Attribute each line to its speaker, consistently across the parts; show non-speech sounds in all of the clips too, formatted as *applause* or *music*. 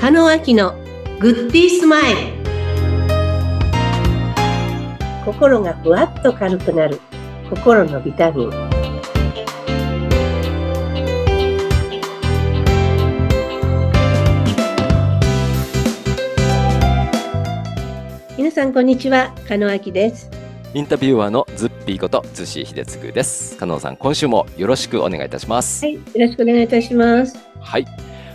Speaker 1: 中野明のグッディースマイル心がふわっと軽くなる心のビタミン皆さんこんにちは加野明です
Speaker 2: インタビュアーのズッピーことズシー秀嗣です。加納さん、今週もよろしくお願いいたします。
Speaker 1: は
Speaker 2: はい。
Speaker 1: いよろしくお願いいたします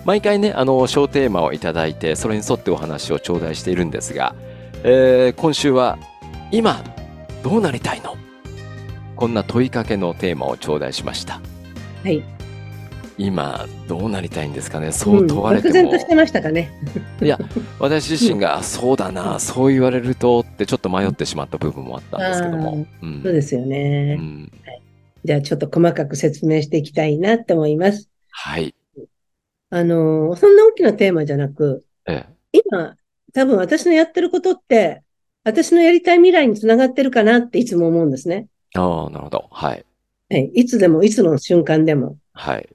Speaker 2: 毎回ね、あの、小テーマをいただいて、それに沿ってお話を頂戴しているんですが、えー今週は、今、どうなりたいのこんな問いかけのテーマを頂戴しました。
Speaker 1: はい
Speaker 2: 今、どうなりたいんですかねそう問われて
Speaker 1: 漠然
Speaker 2: も、
Speaker 1: としてましたかね
Speaker 2: いや、私自身が、あそうだな、そう言われるとってちょっと迷ってしまった部分もあったんですけども。うん
Speaker 1: そうですよね、
Speaker 2: うん
Speaker 1: じゃあちょっと細かく説明していきたいなって思います
Speaker 2: はい。
Speaker 1: あのそんな大きなテーマじゃなく
Speaker 2: ええ
Speaker 1: 今多分私のやってることって私のやりたい未来につながってるかなっていつも思うんですね。
Speaker 2: ああ、なるほど。はい。
Speaker 1: はい、いつでもいつの瞬間でも。
Speaker 2: はい。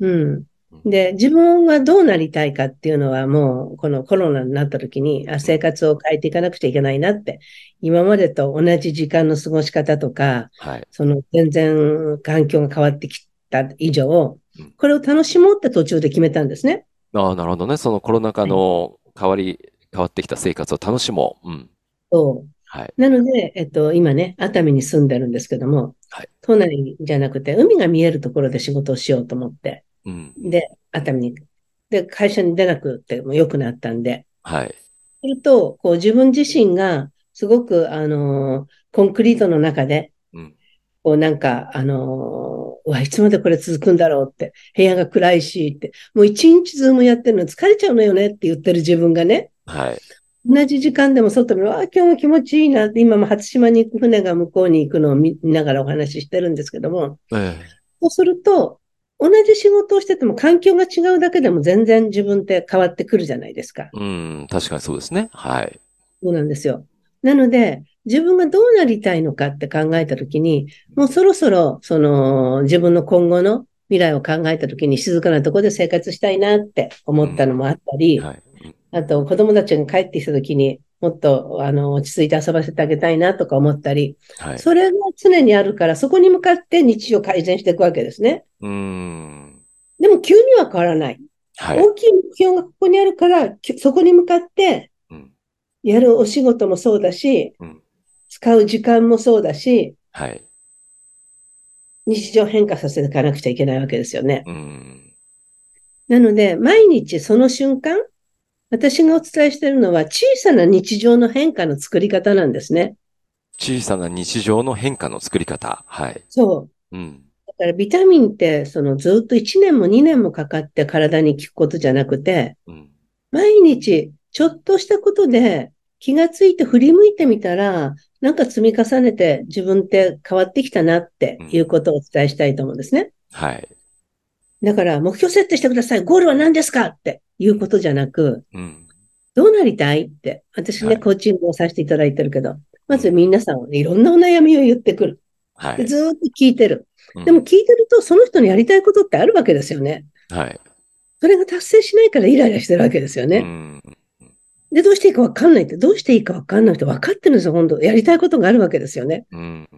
Speaker 1: うん。で、自分がどうなりたいかっていうのはもう、このコロナになった時に、あ、生活を変えていかなくちゃいけないなって、今までと同じ時間の過ごし方とか、
Speaker 2: はい。
Speaker 1: その全然環境が変わってきた以上
Speaker 2: うん、
Speaker 1: これを楽しもうって途中で決めたんですね。
Speaker 2: ああ、なるほどね。そのコロナ禍の変わり、変わってきた生活を楽しもう。うん。
Speaker 1: そう。
Speaker 2: はい。
Speaker 1: なので、えっと、今ね、熱海に住んでるんですけども、
Speaker 2: はい
Speaker 1: 都内じゃなくて、海が見えるところで仕事をしようと思って、
Speaker 2: うん。
Speaker 1: で、熱海に、で、会社に出なくても良くなったんで、
Speaker 2: はい。
Speaker 1: すると、こう自分自身が、すごく、あのーコンクリートの中で、
Speaker 2: うん。
Speaker 1: こうなんか、あのーうわ、いつまでこれ続くんだろうって、部屋が暗いしって、もう一日ズームやってるの疲れちゃうのよねって言ってる自分がね、
Speaker 2: はい。
Speaker 1: 同じ時間でも外見、わあ、今日も気持ちいいなって、今も初島に行く船が向こうに行くのを見見ながらお話ししてるんですけども、
Speaker 2: ええ。
Speaker 1: そうすると、同じ仕事をしてても環境が違うだけでも全然自分って変わってくるじゃないですか。
Speaker 2: うん。確かにそうですね。はい。
Speaker 1: そうなんですよ。なので、自分がどうなりたいのかって考えたときに、もうそろそろ、その、自分の今後の未来を考えたときに静かなところで生活したいなって思ったのもあったり、
Speaker 2: はい。うん
Speaker 1: あと、子供たちが帰ってきたときに、もっと、あの、落ち着いて遊ばせてあげたいなとか思ったり、
Speaker 2: はい。
Speaker 1: それが常にあるから、そこに向かって日常を改善していくわけですね。
Speaker 2: うーん。
Speaker 1: でも、急には変わらない。
Speaker 2: はい。
Speaker 1: 大きい目標がここにあるから、きそこに向かって、
Speaker 2: うん。
Speaker 1: やるお仕事もそうだし、
Speaker 2: うん。
Speaker 1: 使う時間もそうだし、
Speaker 2: はい。
Speaker 1: 日常変化させていかなくちゃいけないわけですよね。
Speaker 2: うん。
Speaker 1: なので、毎日その瞬間、私がお伝えしているのは小さな日常の変化の作り方なんですね。
Speaker 2: 小さな日常の変化の作り方。はい。
Speaker 1: そう。
Speaker 2: うん。
Speaker 1: だからビタミンって、そのずっと1年も2年もかかって体に効くことじゃなくて、
Speaker 2: うん。
Speaker 1: 毎日ちょっとしたことで気がついて振り向いてみたら、なんか積み重ねて自分って変わってきたなっていうことをお伝えしたいと思うんですね。
Speaker 2: はい。
Speaker 1: だから目標設定してください。ゴールは何ですかっていうことじゃなく、
Speaker 2: うん。
Speaker 1: どうなりたいって、私ね、
Speaker 2: はい
Speaker 1: コーチングをさせていただいてるけど、まず皆さんはね、いろんなお悩みを言ってくる。
Speaker 2: は
Speaker 1: で
Speaker 2: い。
Speaker 1: ずーっと聞いてる。
Speaker 2: うん
Speaker 1: でも聞いてると、その人のやりたいことってあるわけですよね。
Speaker 2: はい。
Speaker 1: それが達成しないからイライラしてるわけですよ
Speaker 2: う
Speaker 1: ね。
Speaker 2: ん。
Speaker 1: で、どうしていいかわかんないって、どうしていいかわかんないって分かってるんですよ、本当やりたいことがあるわけですよね。
Speaker 2: うん。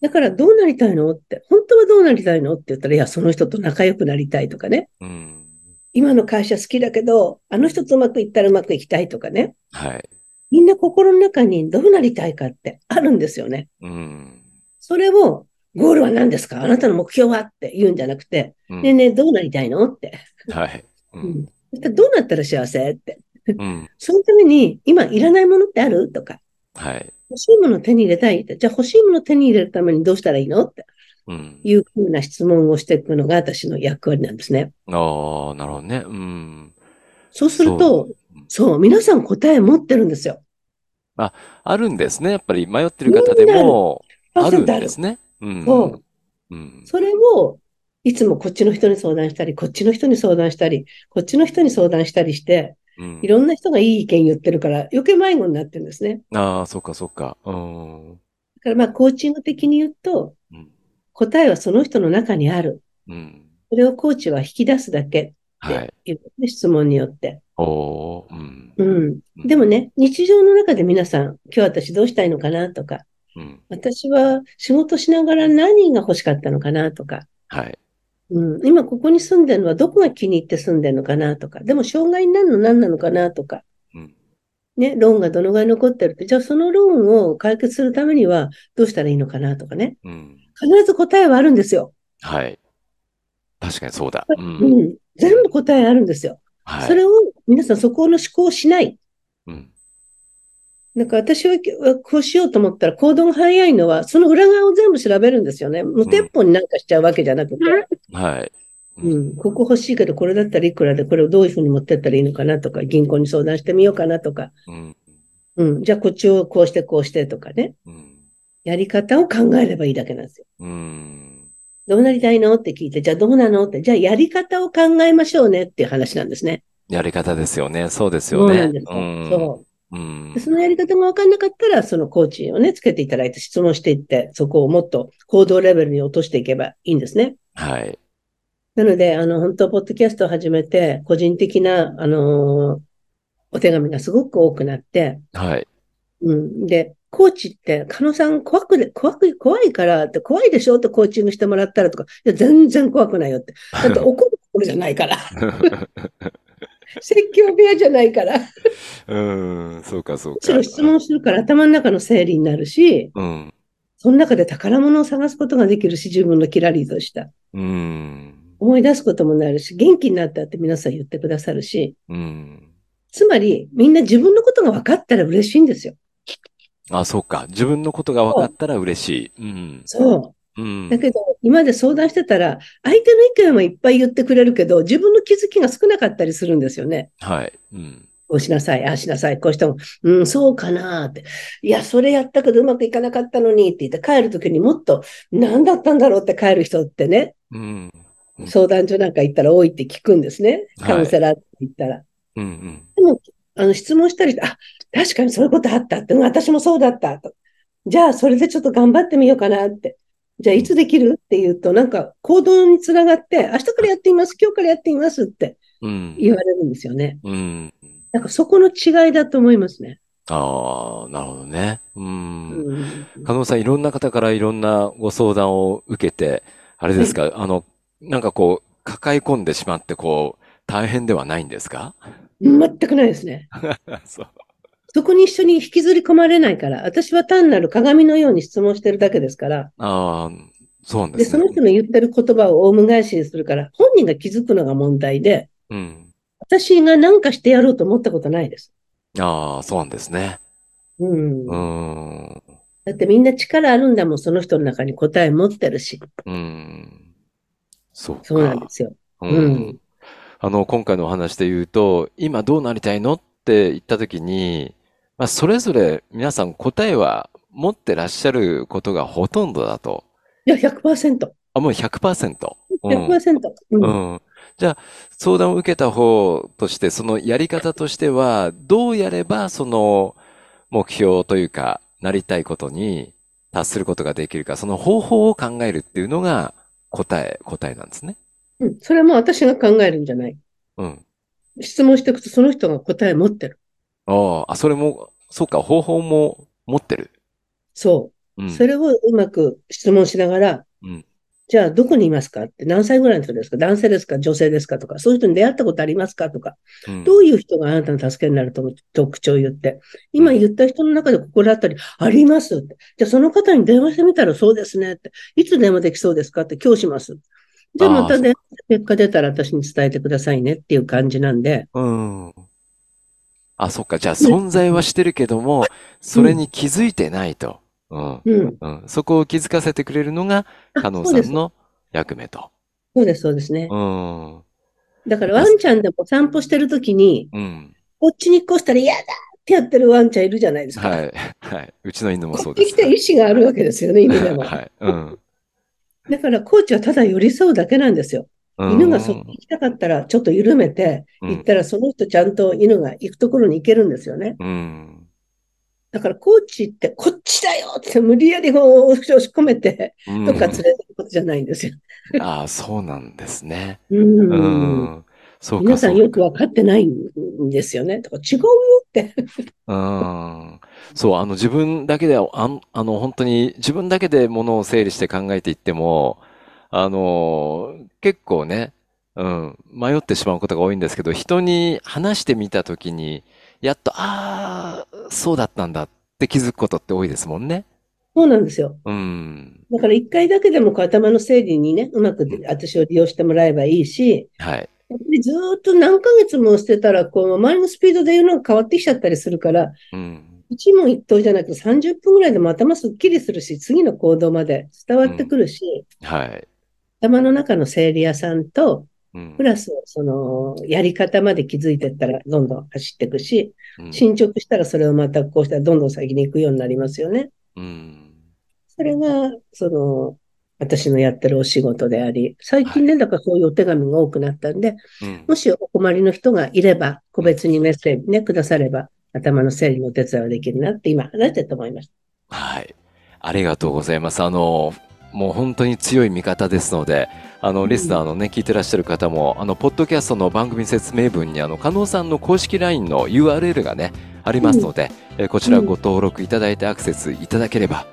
Speaker 1: だから、どうなりたいのって、本当はどうなりたいのって言ったら、いや、その人と仲良くなりたいとかね。
Speaker 2: うん。
Speaker 1: 今の会社好きだけど、あの人とうまくいったらうまくいきたいとかね。
Speaker 2: はい。
Speaker 1: みんな心の中にどうなりたいかってあるんですよね。
Speaker 2: うん。
Speaker 1: それを、ゴールは何ですかあなたの目標はって言うんじゃなくて、
Speaker 2: うん
Speaker 1: ねえねえ、どうなりたいのって。
Speaker 2: はい。う。
Speaker 1: うんん、そしたらどうなったら幸せって。
Speaker 2: うん。
Speaker 1: そのために、今いらないものってあるとか、
Speaker 2: はい。
Speaker 1: 欲しいものを手に入れたいって。じゃあ欲しいものを手に入れるためにどうしたらいいのって
Speaker 2: うん。
Speaker 1: いうふうな質問をしていくのが私の役割なんですね。
Speaker 2: ああ、なるほどね。うん。
Speaker 1: そうすると、
Speaker 2: うん
Speaker 1: そう、皆さん答え持ってるんですよ。
Speaker 2: あるんですね。やっぱり迷ってる方でも、ある
Speaker 1: 100%
Speaker 2: ん
Speaker 1: あ
Speaker 2: で
Speaker 1: る
Speaker 2: すね。うん。。
Speaker 1: そう
Speaker 2: ん。
Speaker 1: それを、いつもこっちの人に相談したり、こっちの人に相談したり、こっちの人に相談したりして、
Speaker 2: うん
Speaker 1: い。ろんな人がいい意見言ってるから、余計迷子になってるんですね。
Speaker 2: ああ、そうか、そうか。うん。うん。
Speaker 1: だからまあ、コーチング的に言うと、答えはその人の中にある。
Speaker 2: うん。
Speaker 1: それをコーチは引き出すだけっ
Speaker 2: はい。
Speaker 1: ていう、質問によって。
Speaker 2: あおーうん。
Speaker 1: うん。でもね、日常の中で皆さん、今日私どうしたいのかなとか、
Speaker 2: うん。
Speaker 1: 私は仕事しながら何が欲しかったのかなとか、
Speaker 2: はい。
Speaker 1: うん、今ここに住んでるのはどこが気に入って住んでるのかなとか、でも障害になるの何なのかなとか、
Speaker 2: うん。
Speaker 1: ね、ローンがどのぐらい残ってるって、じゃあそのローンを解決するためにはどうしたらいいのかなとかね。
Speaker 2: うん。
Speaker 1: 必ず答えはあるんですよ。
Speaker 2: はい。確かにそうだ。う。
Speaker 1: うんん。全部答えあるんですよ。
Speaker 2: はい。
Speaker 1: それを皆さんそこの思考をしない。
Speaker 2: うん。
Speaker 1: なんか私はこうしようと思ったら行動が早いのは、その裏側を全部調べるんですよね。無鉄砲になんかしちゃうわけじゃなくて、
Speaker 2: はい。
Speaker 1: うん、ここ欲しいけどこれだったらいくらでこれをどういうふうに持ってったらいいのかなとか、銀行に相談してみようかなとか、
Speaker 2: うん。
Speaker 1: うん、じゃあこっちをこうしてこうしてとかね。
Speaker 2: うん。
Speaker 1: やり方を考えればいいだけなんですよ
Speaker 2: うん。
Speaker 1: どうなりたいのって聞いて、じゃあどうなのって、じゃあやり方を考えましょうねっていう話なんですね。
Speaker 2: やり方ですよね。そうです
Speaker 1: そ
Speaker 2: よ
Speaker 1: う
Speaker 2: ね。
Speaker 1: なんですよ
Speaker 2: ん。。
Speaker 1: そう
Speaker 2: ん
Speaker 1: う。で。そのやり方が分かんなかったら、そのコーチをね、つけていただいて質問していって、そこをもっと行動レベルに落としていけばいいんですね。
Speaker 2: はい。
Speaker 1: なので、あの、本当ポッドキャストを始めて、個人的な、あのーお手紙がすごく多くなって、
Speaker 2: はい。
Speaker 1: うん。で、コーチって、狩野さん怖くで、怖く、怖いからって、怖いでしょってコーチングしてもらったらとか、いや、全然怖くないよって。だって怒るところじゃないから。 *laughs* 説教部屋じゃないから。む
Speaker 2: うん。そうか、そうか。
Speaker 1: しろ質問するから頭の中の整理になるし、
Speaker 2: うん。
Speaker 1: その中で宝物を探すことができるし、自分のキラリとした。
Speaker 2: うん。
Speaker 1: 思い出すこともなるし、元気になったって皆さん言ってくださるし、
Speaker 2: うん。
Speaker 1: つまりみんな自分のことが分かったら嬉しいんですよ。
Speaker 2: あ、そうか。自分のことが分かったら嬉しい。うん。
Speaker 1: そうう。
Speaker 2: ん
Speaker 1: だ。けど、今まで相談してたら、相手の意見もいっぱい言ってくれるけど、自分の気づきが少なかったりするんですよね。
Speaker 2: はい。うん。
Speaker 1: こうしなさい、ああしなさい、こうしても、うん、そうかなーって。いや、それやったけどうまくいかなかったのにって言って帰るときにもっと、何だったんだろうって帰る人ってね、
Speaker 2: うん。うん
Speaker 1: 相談所なんか行ったら多いって聞くんですね。
Speaker 2: はい
Speaker 1: カウンセラーって言ったら。
Speaker 2: うん。うん。
Speaker 1: あの、質問したりして、あ、確かにそういうことあったって、うん私もそうだったと。じゃあ、それでちょっと頑張ってみようかなって。じゃあ、いつできるって言うと、なんか行動につながって、明日からやっています、今日からやっていますって
Speaker 2: うん。
Speaker 1: 言われるんですよね。
Speaker 2: うん。
Speaker 1: なんかそこの違いだと思いますね。
Speaker 2: ああ、なるほどね。うん。
Speaker 1: うん
Speaker 2: 加納さん、いろんな方からいろんなご相談を受けて、あれですか、あの、なんかこう、抱え込んでしまって、こう、大変ではないんですか
Speaker 1: 全くないですね。
Speaker 2: そう。
Speaker 1: そこに一緒に引きずり込まれないから、私は単なる鏡のように質問してるだけですから、
Speaker 2: ああ、そうなんで
Speaker 1: で、
Speaker 2: す
Speaker 1: そ
Speaker 2: ね
Speaker 1: の。人の言ってる言葉をオウム返しにするから、本人が気づくのが問題で、
Speaker 2: うん。
Speaker 1: 私が何かしてやろうと思ったことないです。
Speaker 2: ああ、そうなんですね。
Speaker 1: うん。
Speaker 2: うーん。
Speaker 1: だってみんな力あるんだもん、その人の中に答え持ってるし。
Speaker 2: うん。そう
Speaker 1: そうなん
Speaker 2: か
Speaker 1: で。すよ。
Speaker 2: うん
Speaker 1: うん
Speaker 2: あの、今回のお話で言うと、今どうなりたいのって言ったときに、まあ、それぞれ皆さん答えは持ってらっしゃることがほとんどだと。
Speaker 1: いや、100%。
Speaker 2: あ、もう100%。うん。
Speaker 1: 100%。うん。
Speaker 2: うん。じゃあ、相談を受けた方として、そのやり方としては、どうやれば、その目標というか、なりたいことに達することができるか、その方法を考えるっていうのが答え、答えなんですね。
Speaker 1: うんそれはもう私が考えるんじゃない。
Speaker 2: うん。
Speaker 1: 質問していくとその人が答え持ってる。
Speaker 2: ああ、それも、そうか、方法も持ってる。
Speaker 1: そうう。
Speaker 2: ん。
Speaker 1: それをうまく質問しながら、
Speaker 2: うん
Speaker 1: じゃあどこにいますかって何歳ぐらいの人ですか男性ですか女性ですかとか、そういう人に出会ったことありますかとか、
Speaker 2: うん
Speaker 1: どういう人があなたの助けになると思う特徴を言って、今言った人の中で心当たりありますって。じゃあその方に電話してみたらそうですねって。いつ電話できそうですかって今日します。じゃあま
Speaker 2: あ
Speaker 1: た
Speaker 2: ー
Speaker 1: 電話で結果出たら私に伝えてくださいねっていう感じなんで、
Speaker 2: うん。あ、そっか。じゃあ、存在はしてるけども、それに気づいてないと。うん。
Speaker 1: うん。
Speaker 2: うん。そこを気づかせてくれるのが、
Speaker 1: あ
Speaker 2: カノン
Speaker 1: そう
Speaker 2: さ
Speaker 1: です
Speaker 2: んの役目と。
Speaker 1: そうです、そうですね。
Speaker 2: うん。う
Speaker 1: だからワンちゃんでも散歩してる時に、
Speaker 2: ん。
Speaker 1: こっちに越したら嫌だってやってるワンちゃんいるじゃないですか。
Speaker 2: はい。はい。うちの犬も
Speaker 1: こ
Speaker 2: そう
Speaker 1: っ
Speaker 2: で
Speaker 1: ち
Speaker 2: す
Speaker 1: 来。た意思があるわけですよね、犬でも。
Speaker 2: はい。うん。
Speaker 1: だからコーチはただ寄り添うだけなんですよ。
Speaker 2: うん
Speaker 1: 犬がそっち行きたかったらちょっと緩めて、
Speaker 2: うん
Speaker 1: 行ったらその人ちゃんと犬が行くところに行けるんですよね。
Speaker 2: うん。
Speaker 1: だからコーチってこっちだよって無理やりこう押し込めて
Speaker 2: うん
Speaker 1: とか連れてることじゃないんですよ。
Speaker 2: ああ、そうなんですね。
Speaker 1: うん。
Speaker 2: うん。そう
Speaker 1: 皆
Speaker 2: か、
Speaker 1: さ
Speaker 2: そ
Speaker 1: ん
Speaker 2: う
Speaker 1: よくわかってないんですよね。とか違うよって。
Speaker 2: うん。そう、あの、自分だけでは、あん、あの、本当に、自分だけでものを整理して考えていっても、あの、結構ね、うん、迷ってしまうことが多いんですけど、人に話してみたときに、やっと、ああ、そうだったんだって気づくことって多いですもんね。
Speaker 1: そうなんですよ。
Speaker 2: うん。
Speaker 1: だから一回だけでもこう頭の整理にね、うまく私を利用してもらえばいいし、
Speaker 2: はい。
Speaker 1: やっぱりずーっと何ヶ月もしてたら、こう、周りのスピードで言うのが変わってきちゃったりするから、
Speaker 2: うん。
Speaker 1: 一問一答じゃなくて30分ぐらいでも頭すっきりするし、次の行動まで伝わってくるし、
Speaker 2: はい。
Speaker 1: 頭の中の整理屋さんと、
Speaker 2: うん
Speaker 1: プ。ラス、その、やり方まで気づいてったら、どんどん走っていくし、
Speaker 2: うん。
Speaker 1: 進捗したらそれをまたこうしたら、どんどん先に行くようになりますよね。
Speaker 2: うん。
Speaker 1: それが、その、私のやってるお仕事であり、最近ね、だからそういうお手紙が多くなったんで、
Speaker 2: うん
Speaker 1: もしお困りの人がいれば、個別にメッセージね、くだされば、頭の整理のお手伝いはできるなって今話してたと思いました。
Speaker 2: はい。ありがとうございます。あの、もう本当に強い味方ですので、あの、
Speaker 1: うん
Speaker 2: リスナーのね、聞いてらっしゃる方も、あの、ポッドキャストの番組説明文に、あの、加納さんの公式 LINE の URL がね、ありますので、えーこちら
Speaker 1: うん
Speaker 2: ご登録いただいてアクセスいただければ、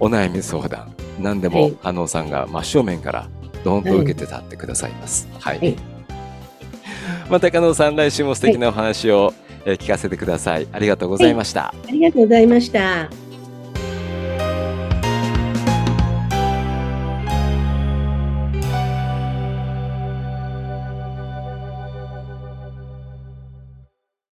Speaker 2: お悩み相談、何で
Speaker 1: は
Speaker 2: も
Speaker 1: い
Speaker 2: 加納さんが真正面から、どんと受けて立ってくださいます。はい。
Speaker 1: はい
Speaker 2: *laughs* また加納さん、来週も素敵なお話を、えー聞かせてください。ありがとうございました。
Speaker 1: ありがとうございました。